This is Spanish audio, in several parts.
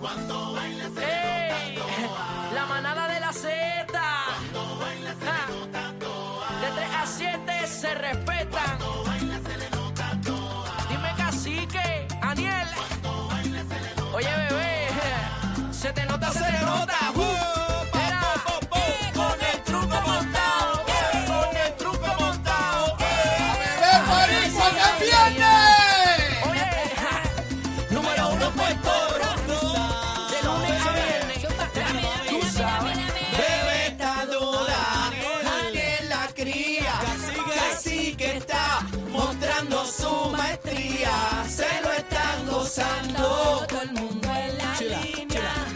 Cuando bailes se ¡Ey! nota toa. La manada de la Z. Cuando bailes se Ah. nota toa. De 3 a 7 se respetan. Cuando bailes se le nota toa. Dime cacique, Aniel. Oye, bebé. Se te nota, se, te nota. Era. Con el truco montado. Con el truco montado. Oye, número uno pues fue Toronto. De lunes a viernes. Tú sabes. Bebé está dura, Ángel la cría, casi que está mostrando su maestría, se lo están gozando. Todo el mundo en la línea.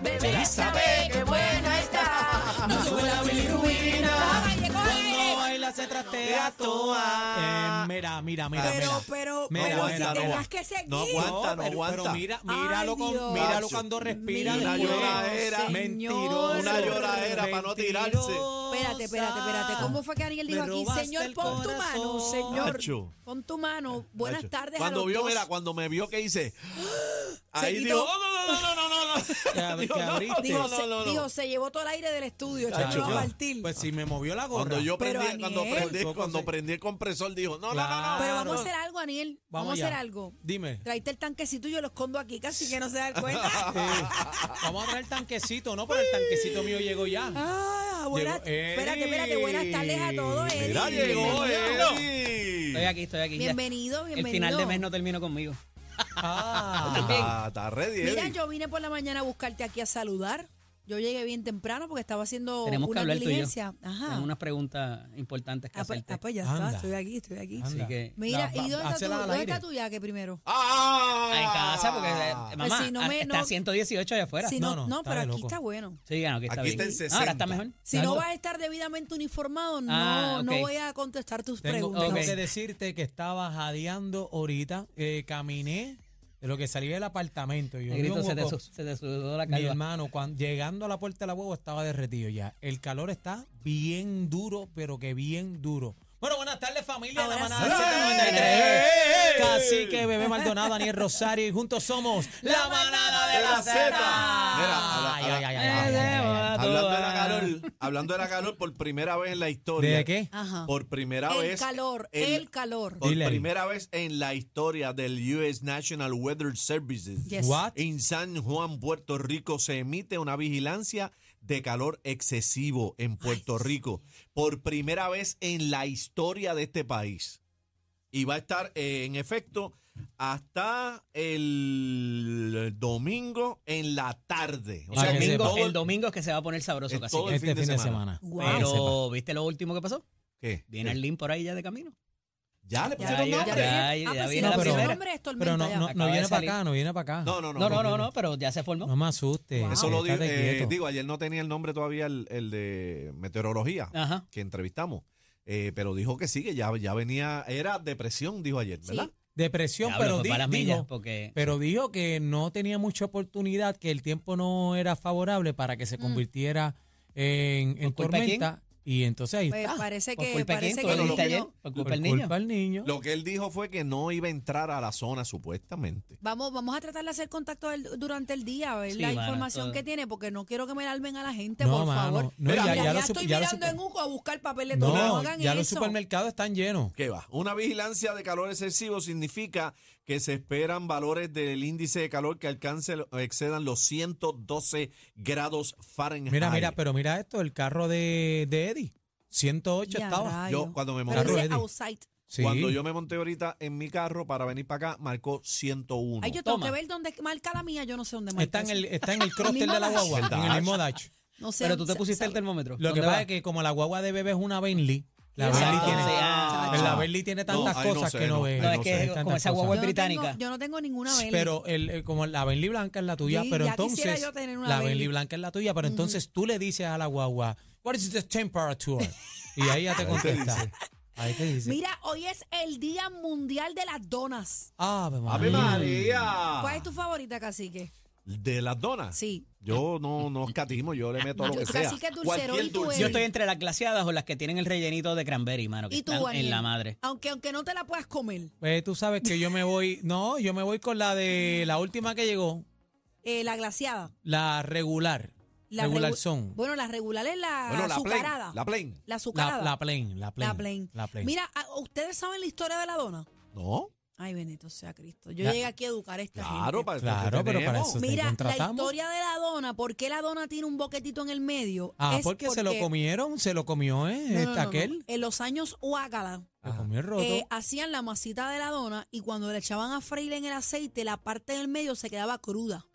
Bebé sabe que buena está, no sube la bilirrubina, Ay, llegó cuando Eric. baila se trastea toa. Eh, mira, mira, mira, Pero, mira. pero, Mira, pero mira, si mira. tenías que seguir. No aguanta, no pero- aguanta. Pero mira, míralo, Ay, con- Dios. míralo cuando respira. Mira, después. una lloradera. Mentiroso. Una lloradera pa' no tirarse. Mentirosa. Espérate, espérate, espérate. ¿Cómo fue que Ariel dijo Ah. Me aquí? robaste Señor, el pon tu mano, corazón. señor. Nacho. Pon tu mano. Buenas Nacho. tardes a Cuando los vio, dos. mira, cuando me vio que hice. Ahí quitó. dijo, "Oh, no, no, no, no, no, no, no. Ya, Dijo, que "No, abriste". Dijo, no, no, se, no, no. dijo, se llevó todo el aire del estudio. Esto Chacho, me va a yo- partir. Pues si me movió la gorra. Cuando yo Pero, prendí, cuando Aniel. prendí, Poco cuando se- prendí el compresor, dijo, no, no, no, no. pero Claro. vamos a hacer algo, Aniel. Vamos, a allá. hacer algo. Dime. Traíste el tanquecito y yo lo escondo aquí, casi que no se da cuenta. Sí. Vamos a traer el tanquecito, ¿no? Pero el tanquecito mío llegó ya. Ah, buenas, Llegó Eric. espérate, espérate, buenas tardes a todos. Eric. Mira, llegó bienvenido. Estoy Eddie. aquí, estoy aquí. ya. Bienvenido, bienvenido. El final de mes no termino conmigo. Ah. También. Ah, Está ready, Mira, Eddie. yo vine por la mañana a buscarte aquí a saludar. Yo llegué bien temprano porque estaba haciendo Tenemos que Oh, una hablar tú y yo. diligencia. Ajá. Tengo unas preguntas importantes que Ah, pues, hacerte. ah, pues ya Anda. está, estoy aquí, estoy aquí. Anda. Así que, Mira, La- ¿y dónde está, tu, hazla al dónde aire. está tu yaque primero? Ah. en casa, porque eh, mamá, Pues si no me- ah, está no- a 118 allá afuera. Si no, No, no, no, está pero de aquí loco. está bueno. Sí, ganó, que está Aquí bien. está en Ah, ahora está 60. mejor. Si Está no mejor. vas a estar debidamente uniformado, no, Ah, no ok. voy a contestar tus Tengo, preguntas. tengo Ok. que decirte que estaba jadeando ahorita. Eh, caminé de lo que salí del apartamento. Yo Negrito, vi un se te, hueco. su- se te sudó la Mi calva. hermano, cuando, llegando a la puerta de la huevo estaba derretido ya. El calor está bien duro, pero que bien duro. Bueno, buenas tardes familia de la Ahora manada sí. ¡Ey! Casi que Bebé Maldonado, Daniel Rosario y juntos somos la manada de Zeta. la Z. Mira, a la- a la- Ay, ay, ay, ay, ay, ay, ay. Hablando de la calor, hablando de la calor por primera vez en la historia. ¿De qué? Ajá. Por primera El vez. calor, el, el- calor. Por Dile ahí. primera vez en la historia del US National Weather Services. Yes. What? En San Juan, Puerto Rico, se emite una vigilancia de calor excesivo en Puerto Rico. Por primera vez en la historia de este país. Y va a estar eh, en efecto hasta el domingo en la tarde. El Ah, que domingo- todo- el domingo es que se va a poner sabroso, es casi. todo el Este fin de semana. Guau. Para que sepa. Pero, ¿viste lo último que pasó? ¿Qué? Viene Arlín por ahí ya de camino. ¿Ya le Ya, pusieron ya, nombre? ya, Ay, ah, ya pues si viene no la pusieron primera. nombre es tormenta Pero no, ya. no, Acaba no viene de para salir. acá, no viene para acá. No, no, no. No, no, no, no, pero ya se formó. No me asustes. Wow. Eso lo digo, Ah, eh, Estate quieto. digo, ayer no tenía el nombre todavía el, el de meteorología Ajá. que entrevistamos, eh, pero dijo que sí, que ya, ya venía, era depresión, dijo ayer, Sí. ¿verdad? Depresión, Diablo, pero fue di- para las millas, dijo, porque Pero dijo que no tenía mucha oportunidad, que el tiempo no era favorable para Mm. que se convirtiera en, en ¿Por culpa de tormenta. Y entonces ahí Pues está. parece por que, culpa de quién, parece por que Bueno, el lo- el niño- taller, por culpa del Por niño. culpa del niño. Lo que él dijo fue que no iba a entrar a la zona, supuestamente. Vamos, vamos a tratar de hacer contacto el- durante el día, a ver Sí, la mano, información todo. que tiene, porque no quiero que me alarmen a la gente, No, por mano, favor. no, Mira, ya- ya, ya lo estoy sup- ya lo mirando sup- en Uco a buscar papel de No, toalla, no hagan ya los eso. supermercados están llenos. ¿Qué va? Una vigilancia de calor excesivo significa que se esperan valores del índice de calor que alcance excedan los 112 grados Fahrenheit. Mira, mira, pero mira esto, el carro de, de Eddie. 108 Ya, estaba. rayos. Yo, cuando me Pero monté- dice Ready. outside. Sí. Cuando yo me monté ahorita en mi carro para venir para acá, marcó 101. Ay, yo tengo Toma. que ver dónde marca la mía, yo no sé dónde marca. está, en eso. el, está en el cróster de la mismo guagua, dash. en el mismo dash. No sé, Pero tú te sa- pusiste el sabe. termómetro. Lo que ¿Dónde pasa va? es que como la guagua de bebé es una Bentley, la Exacto. Bentley tiene... Sí, ah. Pero la Ah. Bentley tiene No, tantas ay, no cosas sé, que no, no, ve. ay, No, es no que sé. Tantas como esa guagua es cosas. Yo no tengo- británica. yo no tengo ninguna vela. Pero el, el- como la Bentley blanca es la tuya, Sí, pero ya quisiera entonces yo tener una la Bentley. Bentley blanca es la tuya, pero entonces tú le dices a la guagua, "What is the temperature?" y ahí ya te Ahí te contesta. dice. Ahí te dice. Mira, hoy es el Día Mundial de las Donas. Ah, Ave ¡Ave María. Ah. María! ¿Cuál es tu favorita, cacique? ¿De las donas? Sí. Yo no, no escatimo, yo le meto lo que Yo- sea. así que es dulcero, ¿y Cualquier tú dulce. eres? Yo estoy entre las glaciadas o las que tienen el rellenito de cranberry, mano, que ¿Y tú, están Aniel? en la madre. Aunque, aunque no te la puedas comer. Eh, Pues tú sabes que yo me voy, no, yo me voy con la de la última que llegó. Eh, la glaciada. La regular. La regular regu- son. Bueno, la regular es la Bueno, la plain, azucarada. la plain. La La, azucarada. la plain, la plain. La plain. La plain. Mira, ah, ¿ustedes saben la historia de la dona? No, Ay, bendito sea Cristo. Yo Ya. llegué aquí a educar a esta claro, gente. para Claro, pero para eso te Mira, la contratamos. historia de la dona, ¿por qué la dona tiene un boquetito en el medio? ah, Es porque, se lo comieron, se lo comió, ¿eh? No, no, no, no. aquel. En los años Huácala, Ah. Se comió el roto. eh, hacían la masita de la dona y cuando le echaban a freír en el aceite, la parte del medio se quedaba cruda.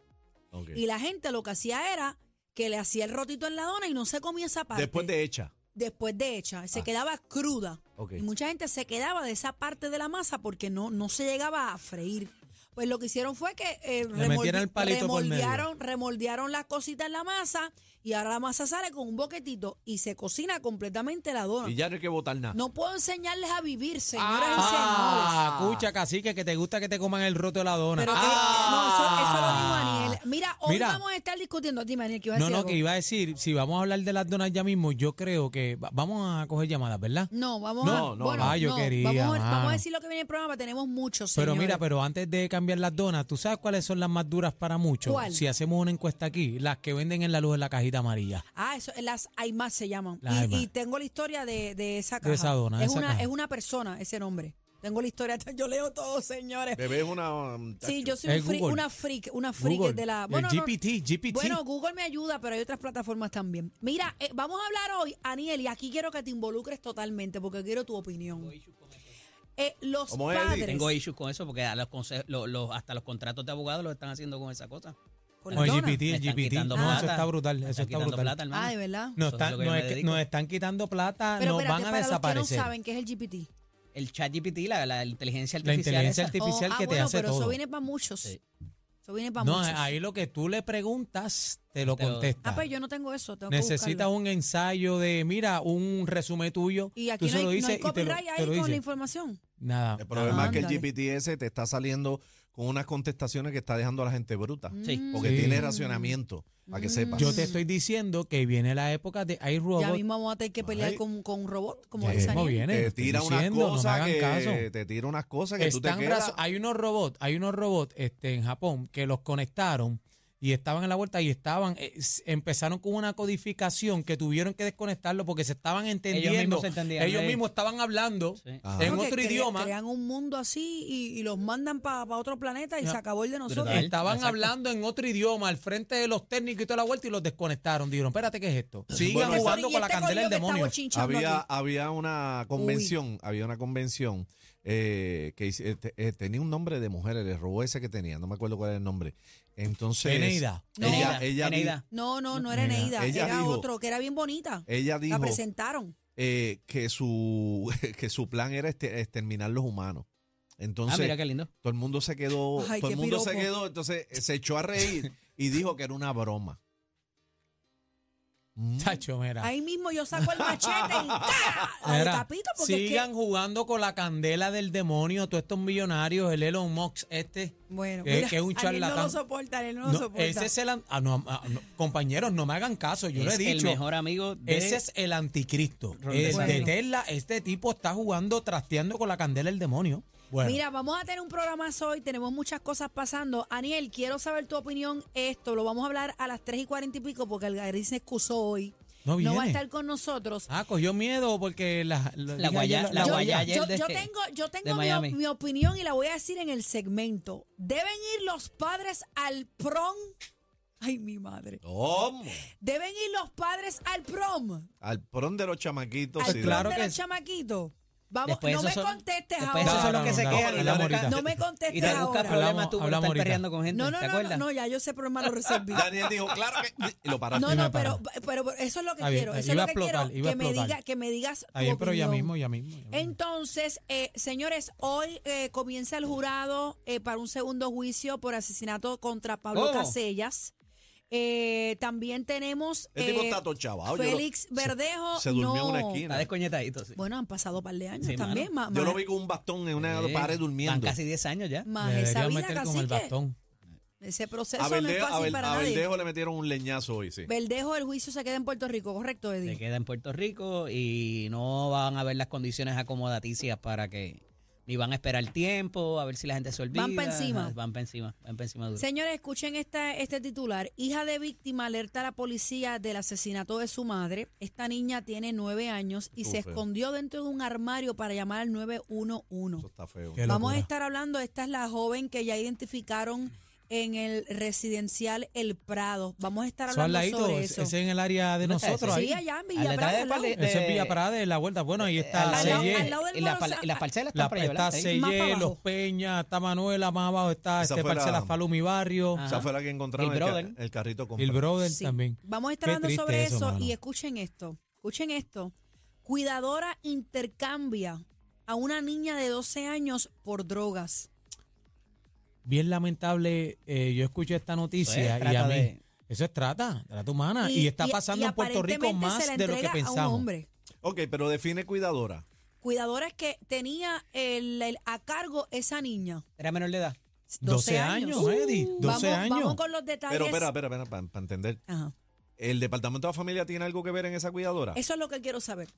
Ok. Y la gente lo que hacía era que le hacía el rotito en la dona y no se comía esa parte. Después de hecha. Después de hecha, Ah. se quedaba cruda. Ok. Y mucha gente se quedaba de esa parte de la masa porque no, no se llegaba a freír. Pues lo que hicieron fue que eh, Le metieron el palito por medio. remoldearon, remoldearon las cositas en la masa y ahora la masa sale con un boquetito y se cocina completamente la dona. Y ya no hay que botar nada. No puedo enseñarles a vivir, señoras y señores. Ah, escucha, cacique, que te gusta que te coman el roto de la dona. Pero que- no, Ah. eso, eso lo dijo Aniel. Mira, hoy Mira. vamos a estar discutiendo. Dime, Aniel, que iba a No, decir no, algo. que iba a decir, si vamos a hablar de las donas ya mismo, yo creo que va- vamos a coger llamadas, ¿verdad? No, vamos No, a... no, bueno, ah, yo no, quería, Vamos, a- vamos mano. a decir lo que viene en el programa, tenemos muchos, Pero señores. mira, pero antes de cambiar las donas, ¿tú sabes cuáles son las más duras para muchos? ¿Cuál? Si hacemos una encuesta aquí, las que venden en la luz en la cajita amarilla. Ah, eso, las Aymás se llaman. Las Y- Aymás. y, tengo la historia de, de esa caja. De esa dona, de es, esa una, caja. es una persona, ese nombre. Tengo la historia. Yo leo todo, señores. Bebé es una. um, Sí, yo soy Es un freak, Eh, Google. una freak, una freak Google. de la... El Bueno, no- GPT, GPT. Bueno, Google me ayuda, pero hay otras plataformas también. Mira, eh, vamos a hablar hoy, Aniel, y aquí quiero que te involucres totalmente porque quiero tu opinión. Eh, los Como Eddie. padres... Tengo issues con eso porque a los conse- lo- los- hasta los contratos de abogados los están haciendo con esa cosa. con No, las el donas. GPT, Me el están GPT. quitando No, eso plata. está brutal, Me eso están está quitando brutal. plata, hermano. Ah, ¿de verdad? Nos, Eso es están, lo nos que yo me es que- dedico. nos están quitando plata, Pero nos espérate, van a para los que desaparecer. no saben qué es el GPT. El chat GPT, la, la inteligencia la artificial. inteligencia esa. artificial Oh, ah, que te bueno, hace pero todo. eso viene para muchos. Sí. Eso viene para no, muchos. ahí lo que tú le preguntas, te lo Te lo- contesta. Ah, pues yo no tengo eso. Tengo que Necesitas buscarlo. un ensayo de, mira, un resumen tuyo. Y tú aquí no se hay, lo no hay dices y te lo, copyright te ahí lo con la dice. información. Nada. El problema es que el Ándale. GPT-S te está saliendo con unas contestaciones que está dejando a la gente Mm. bruta. Sí. Porque Sí. tiene racionamiento, para que sepas. Yo te estoy diciendo que viene la época de Ya iRobot. mismo vamos a tener que pelear Ay. con, con un robot, como Ya dice mismo Aniel. Eh, viene. te estoy tira unas diciendo, no me cosas hagan que caso. te tira unas cosas que tú Están te quedas razo- hay unos robots, hay unos robots este, en Japón que los conectaron y estaban en la vuelta y estaban eh, s- empezaron con una codificación que tuvieron que desconectarlo porque se estaban entendiendo. mismos se entendían, Ellos ¿eh? mismos estaban hablando Sí. Ajá. en Porque otro crea- idioma. Crean un mundo así y, y los mandan para otro planeta y Ya. se acabó el de nosotros. Brutal. Estaban Exacto. hablando en otro idioma al frente de los técnicos y toda la vuelta y los desconectaron. Dijeron, espérate, ¿qué es esto? Sigan Bueno, jugando Y con la este candela corillo del que está demonio. bochinchando había, aquí. había una convención, había una convención eh, que hice- eh, te- eh, tenía un nombre de mujer, el robo ese que tenía, no me acuerdo cuál era el nombre. Entonces, Eneida. No. ella, Eneida, ella, di- Eneida. No, no, no era Mira, Eneida. ella Era dijo- otro que era bien bonita. ella la dijo presentaron. eh, que su que su plan era este- exterminar los humanos. Ah, Entonces, mira qué lindo. todo el mundo se quedó, Ay, todo el qué mundo se piropo. quedó, entonces eh, se echó a reír y dijo que era una broma. Mm. Chacho, mira. Ahí mismo yo saco el machete y ¡tá! La Mira, tapito porque es que- sigan jugando con la candela del demonio, todos estos millonarios, el Elon Musk este. Bueno, que- que es un Aniel no lo charlatán. soporta, Aniel no, No, lo soporta. ese es el an- ah, no, ah, no, compañeros, no me hagan caso, yo lo he es el dicho. mejor amigo de Ese es el anticristo. Ron El de DeSantis. Tesla, este tipo está jugando, trasteando con la candela del demonio. Bueno, Mira, vamos a tener un programa hoy, tenemos muchas cosas pasando. Aniel, quiero saber tu opinión. Esto lo vamos a hablar a las 3 y 40 y pico porque Algarín se excusó hoy. No viene. va a estar con nosotros. ah, cogió miedo porque la, la- La dije guaya- ayer la yo- guaya- yo- ayer yo, de yo este- tengo, yo de tengo mi, Miami. op- mi opinión y la voy a decir en el segmento. ¿Deben ir los padres al prom? Ay, mi madre. ¿Cómo? ¿Deben ir los padres al prom? Al pron de los chamaquitos. al sí, claro prom que de los sí. chamaquitos. Vamos, Después no esos me son- contestes después esos ahora. son los No, que no, se no, quejan y hablamos no le- ahorita. No me Y contestes te buscas ahora. Hablamos- problemas tú por hablamos estar ahorita. perreando con gente. No, no, ¿Te no, no, acuerdas? no, ya yo ese problema lo resolví. Daniel dijo, claro que. Y lo paraste. No, me no, paró. pero, pero eso es lo que Está bien, quiero. Eso iba es lo a que explotar, quiero. iba a que, me explotar. diga, que me digas. Está bien, tu pero ya opinión. mismo, ya mismo. ya mismo. Entonces, eh, señores, hoy eh, comienza el jurado eh, para un segundo juicio por asesinato contra Pablo ¿Cómo? Casellas. Eh, también tenemos El tipo eh, está todo chavado. yo lo- Félix Verdejo. Se durmió no. en una Está esquina. descoñetadito, sí. Bueno, han pasado un par de años Sí, también. ma- Yo ma- lo vi con un bastón en una Sí. pared durmiendo. Van casi 10 años ya. Más Le esa deberían vida, meter con el cacique. bastón. Ese proceso A no es Verdejo, a fácil Ver- para a nadie. Verdejo le metieron un leñazo hoy, sí. Verdejo, el juicio se queda en Puerto Rico, ¿correcto, Se Eddie? queda en Puerto Rico y no van a ver las condiciones acomodaticias para que Ni van a esperar tiempo, a ver si la gente se olvida. Van pa' encima. Ajá, Van para encima, van para encima duro. Señores, escuchen esta, este titular. Hija de víctima alerta a la policía del asesinato de su madre. Esta niña tiene nueve años y Estuvo se feo. escondió dentro de un armario para llamar al Eso 911. está feo. Qué Vamos a locura. estar hablando, esta es la joven que ya identificaron en el residencial El Prado. Vamos a estar Eso al hablando ladito, sobre ese eso. ese en el área de ¿Dónde está nosotros ese? ahí. sí, allá en Al Villaprada, detalle al de lado. Pale- Eso es Eh, Villa Prada, de la vuelta. Bueno, ahí al está lado- Selle, al lado del en, la Moro pal- Sa- en las parcelas la- están para allá, está ¿verdad? Ahí. Más para Selle, abajo. Los Peñas, está Manuela, más abajo Esa está este fue la- Parcela Falumi Barrio, Ajá. Esa fue la que encontraron Ah. El el, ca- brother. el carrito con el Brother Sí. también. Vamos a estar Qué hablando triste sobre eso, eso, mano. y escuchen esto. Escuchen esto. Cuidadora intercambia a una niña de 12 años por drogas. Bien lamentable, eh, yo escuché esta noticia Eso es, y a trata mí. de- Eso es trata, trata humana. Ah, Y, está pasando y en Puerto Rico aparentemente más se la de lo que entrega A un pensamos. hombre. Ok, pero define cuidadora. Cuidadora es que tenía el, el- a cargo esa niña. Era menor de edad. Eh, 12 años, Eddie, 12 vamos, años. Vamos con los detalles. Pero espera, espera, espera, para entender. Ajá. ¿El departamento de la familia tiene algo que ver en esa cuidadora? Eso es lo que quiero saber.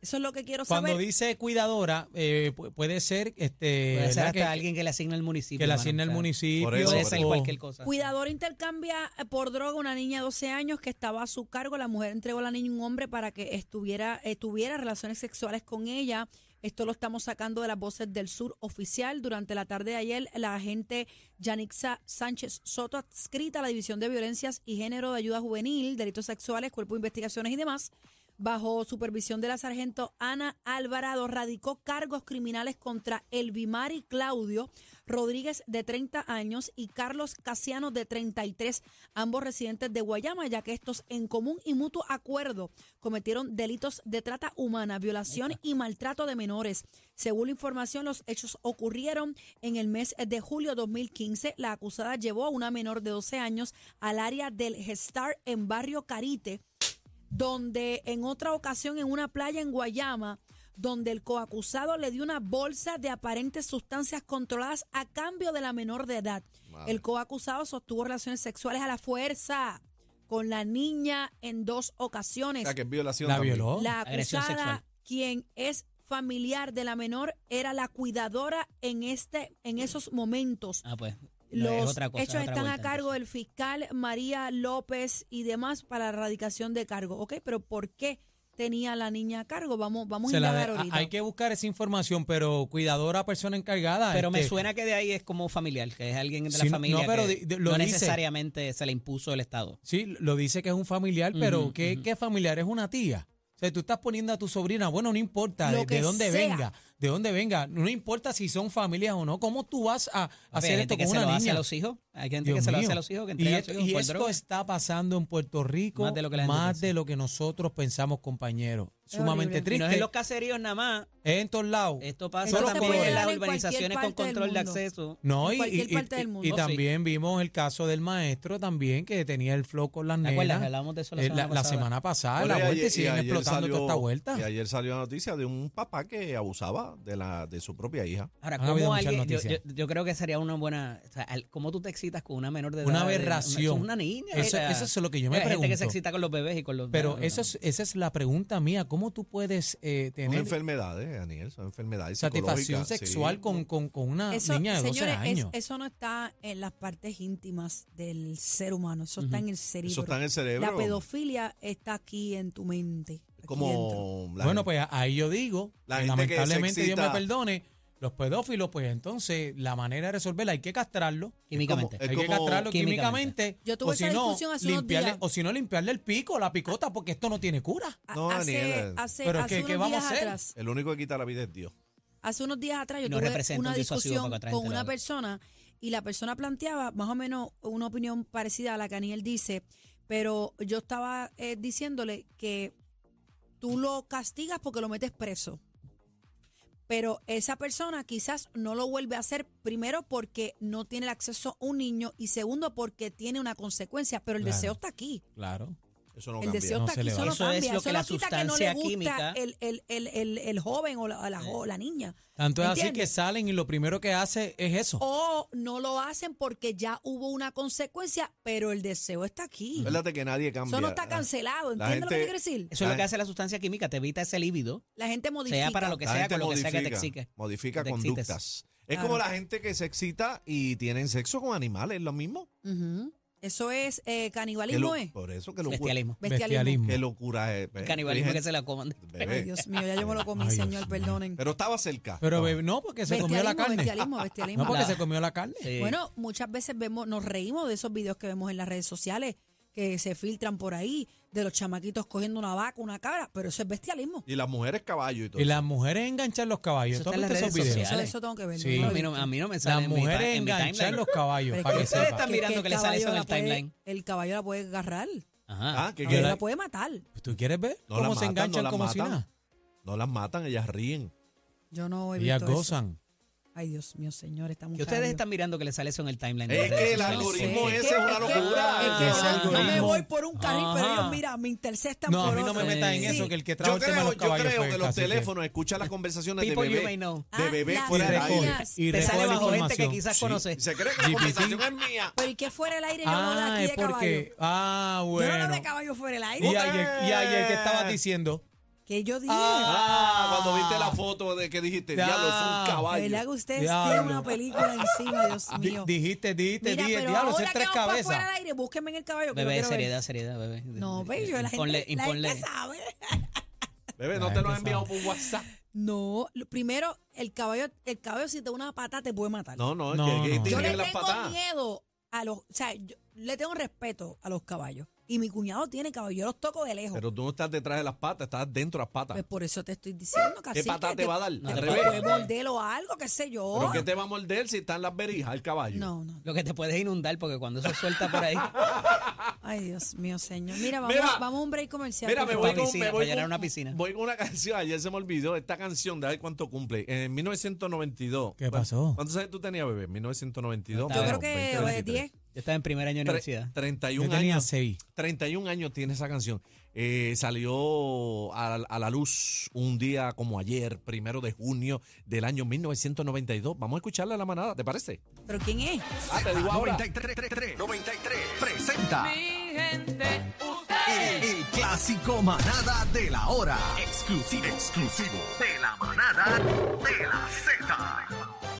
Eso es lo que quiero Cuando saber. dice cuidadora, eh, pu- puede ser, este, Puede ser ¿verdad? hasta que, alguien que le asigne el municipio. que la mano, asigne o el sea, municipio. Por eso, Puede por ser eso. cualquier cosa. Cuidadora intercambia eh, por droga una niña de 12 años que estaba a su cargo. La mujer entregó a la niña a un hombre para que estuviera, eh, tuviera relaciones sexuales con ella. Esto lo estamos sacando de las voces del sur oficial. Durante la tarde de ayer, la agente Yanixa Sánchez Soto, adscrita a la División de Violencias y Género de Ayuda Juvenil, Delitos Sexuales, Cuerpo de Investigaciones y demás, bajo supervisión de la sargento Ana Alvarado, radicó cargos criminales contra Elvimari Claudio Rodríguez, de 30 años, y Carlos Casiano, de 33, ambos residentes de Guayama, ya que estos en común y mutuo acuerdo cometieron delitos de trata humana, violación y maltrato de menores. Según la información, los hechos ocurrieron en el mes de julio 2015. La acusada llevó a una menor de 12 años al área del Gestar en Barrio Carite, donde en otra ocasión en una playa en Guayama, donde el coacusado le dio una bolsa de aparentes sustancias controladas a cambio de la menor de edad. El coacusado sostuvo relaciones sexuales a la fuerza con la niña en dos O ocasiones. sea, que es violación. la también. violó. La Agresión acusada, sexual. quien es familiar de la menor, era la cuidadora en este, en esos momentos. Ah, pues. no, es Los otra cosa, es hechos otra están a vuelta, cargo entonces. del fiscal María López y demás para la erradicación de cargo. Ok, pero ¿por qué tenía la niña a cargo? Vamos, vamos a Se la indagar de- a- ahorita. hay que buscar esa información, pero cuidadora, persona encargada. Pero me este, suena que de ahí es como familiar, que es alguien de la Sí, no, familia. pero que di- di- lo no dice. necesariamente se le impuso el Estado. Sí, lo dice que es un familiar, pero Ujú, ¿qué, ujú. qué familiar? Es una tía. O sea, tú estás poniendo a tu sobrina, bueno, no importa eh, Lo de, de que dónde sea. venga, de dónde venga, no importa si son familias o no, ¿cómo tú vas a Hay hacer gente esto que con se una lo hace niña? a los hijos. Hay gente que Dios se lo mío. hace a los hijos, que y entrega a esto, sus hijos y por esto droga. está pasando en Puerto Rico más de lo que, la gente piensa. nosotros pensamos, compañeros. Sumamente horrible. triste. Y no es en los caseríos nada más. Es en todos lados. Esto Esto pasa se también puede dar en las en cualquier urbanizaciones con parte del control de mundo. acceso. No, En y, cualquier y- y- parte del y- y mundo. también vimos el caso del maestro también que tenía el flow con las ¿Te acuerdas? nenas. Hablábamos de eso la Eh, semana La, la pasada. semana pasada, Bueno, ah, la y vuelta y ayer- y siguen ayer explotando salió- toda esta vuelta. Y ayer salió la noticia de un papá que abusaba de la de su propia hija. Ahora, Han habido ¿cómo muchas alguien, yo, noticias. yo- yo creo que sería una buena. O sea, al- ¿Cómo tú te excitas con una menor de edad? Una De- aberración. Una, niña. Eso, o sea, eso es lo que yo me hay gente que se pregunto. excita con los bebés y con los. Pero no, no. eso es- esa es la pregunta mía. ¿Cómo tú puedes eh, Son tener enfermedades, Daniel, son enfermedades satisfacción psicológicas, sí. sexual con, con, con una Eso, niña de 12 señores, es- años? eso no está en las partes íntimas del ser humano, eso está Ujú. en el cerebro. Eso está en el cerebro. La pedofilia está aquí en tu mente. aquí dentro. como la bueno, gente- pues ahí yo digo, la que gente que se lamentablemente Dios me excita- perdone, los pedófilos, pues entonces la manera de resolverla hay que castrarlo. Químicamente. Es hay que como- castrarlo Químicamente. químicamente. Yo tuve o si esa no, discusión hace unos limpiarle, días. O si no, limpiarle el pico, la picota, porque esto no tiene cura. A- No, hace, Daniela. hace, Pero hace ¿qué- unos qué vamos a días hacer? atrás. el único que quita la vida es Dios. Hace unos días atrás yo Y no tuve representa una un disuasivo discusión para que otra con gente lo una haga. persona y la persona planteaba más o menos una opinión parecida a la que Aniel dice, pero yo estaba eh, diciéndole que tú lo castigas porque lo metes preso. Pero esa persona quizás no lo vuelve a hacer, primero porque no tiene el acceso a un niño y segundo porque tiene una consecuencia, pero el Claro. deseo está aquí. Claro. Eso no el cambia. deseo No está se aquí, le eso va. no Eso es cambia. lo Eso que no la quita que no le sustancia gusta química- Eh. el, el, el, el, el joven o la, la jo- la niña. Tanto es así ¿Entiendes? Oh. que salen y lo primero que hace es eso. O no lo hacen porque ya hubo una consecuencia, pero el deseo está aquí. Acuérdate que nadie cambia. Eso no está cancelado. La ¿Entiendes lo que te gente- quiero decir? Eso es lo eh, que hace la sustancia química, te evita ese líbido, La gente modifica. sea para lo que La sea, gente con lo que sea que te modifica, exique. Modifica te excites. conductas. Es Claro. como la gente que se excita y tienen sexo con animales, lo mismo. Ujú. Eso es eh, Que canibalismo, lo- ¿eh? por eso que lo Bestialismo. Bestialismo. Qué locura es. Canibalismo que Dije, se la coman. bebé. Ay, Dios mío, ya yo me lo comí, Ay, Dios señor, mío. perdonen. Pero estaba cerca. Pero No. bebé, no, porque se comió la Bestialismo, carne. Ah, bestialismo, bestialismo. No, porque La- se comió la carne. Sí. Bueno, muchas veces vemos, nos reímos de esos videos que vemos en las redes sociales que se filtran por ahí, de los chamaquitos cogiendo una vaca, una cabra, pero eso es bestialismo. Y las mujeres caballo y todo. Y las mujeres enganchan los caballos. Eso ¿Tú has está en visto las esos redes videos? Eso, sociales. eso tengo que ver. Sí. no lo A he mí, no, visto. a mí no me sale Las en mi pa- mujeres en mi enganchan timeline. los caballos. Pero Para que es que- sepa. están mirando el que le sale eso en caballo el la puede- timeline. El caballo la puede agarrar. Ajá. Ah, que, El que caballo la- la puede matar. ¿Tú quieres ver No cómo las se matan, enganchan no las como si matan. nada? no las matan, ellas ríen. Yo no he Ellas visto eso. gozan. Ay, Dios mío, señor, está muy Que ustedes están mirando que le sale eso en el timeline. de Es las que redes el sociales. algoritmo Sí. ese es una Es que- locura. es que- Ese ah, Yo me algoritmo. voy por un carril, pero Ajá. ellos, mira, me interceptan No, a por mí no me otro. metas en Sí. eso, que el que trajo Yo el tema de creo, los yo caballos creo fue que él, los así que- teléfonos escuchan las conversaciones de People you bebé. may know. De bebé Ah, fuera Y del recoge, aire. las- y Te sale recoge la bajo este gente que información. quizás Sí. conoces. Se cree que la GPT. conversación es mía. Pero y que fuera el aire, yo no de Ah, aquí es de caballo. porque. Ah, Yo no bueno. hablo de caballo fuera el aire. Y ayer, y ayer, ¿qué estabas diciendo? Que yo dije. Ah, cuando viste la foto de que dijiste, Ya. diablo, es un De verdad caballo. que ustedes Diablo. tienen una película encima, Dios Di- mío. dijiste, dijiste, Mira, dije, pero diablo, ese ahora es que tres vamos para fuera cabezas. del aire, búsquenme en el caballo. que lo Bebé, quiero ver. seriedad, seriedad, bebé. No, bello, la, Imponle- gente, la imponle- gente sabe. Bebé, no La te lo gente has enviado sabe. por WhatsApp. No, lo- primero, el caballo, el caballo si te da una pata te puede matar. No, no, es No, que, que no. tiene yo que le ver las tengo patadas. miedo a los, o sea, yo le tengo respeto a los caballos. Y mi cuñado tiene caballo, yo los toco de lejos. Pero tú no estás detrás de las patas, estás dentro de las patas. pues por eso te estoy diciendo, ¿Qué cacique, patada te va a dar? No, Al te revés. Puede morder o algo, qué sé yo. ¿Pero qué te va a morder si están las berijas, el caballo? No, no. Lo que te puedes inundar porque cuando eso suelta por ahí, Ay, Dios mío, señor. Mira, vamos, Mira. vamos a un break comercial. Mira, por me favor. voy, con, piscina, me voy para llenar con- una piscina. voy con una canción, ayer se me olvidó, esta canción, de a ver cuánto cumple. En 1992. ¿Qué ¿cuán- pasó? ¿Cuántos años tú tenías, bebé? En 1992. Yo Yo creo menos que 20, eh, 23. 10. yo estaba en primer año de universidad. Tre- 31 Yo tenía años. seis. 31 años tiene esa canción. Eh, salió a, a la luz un día como ayer, primero de junio del año 1992. Vamos a escucharla a la manada, ¿te parece? ¿Pero quién es? Ah, te digo ahora. 93, 93 presenta Mi gente, el, ustedes. el clásico manada de la hora. Exclusivo, exclusivo de la manada de la Z.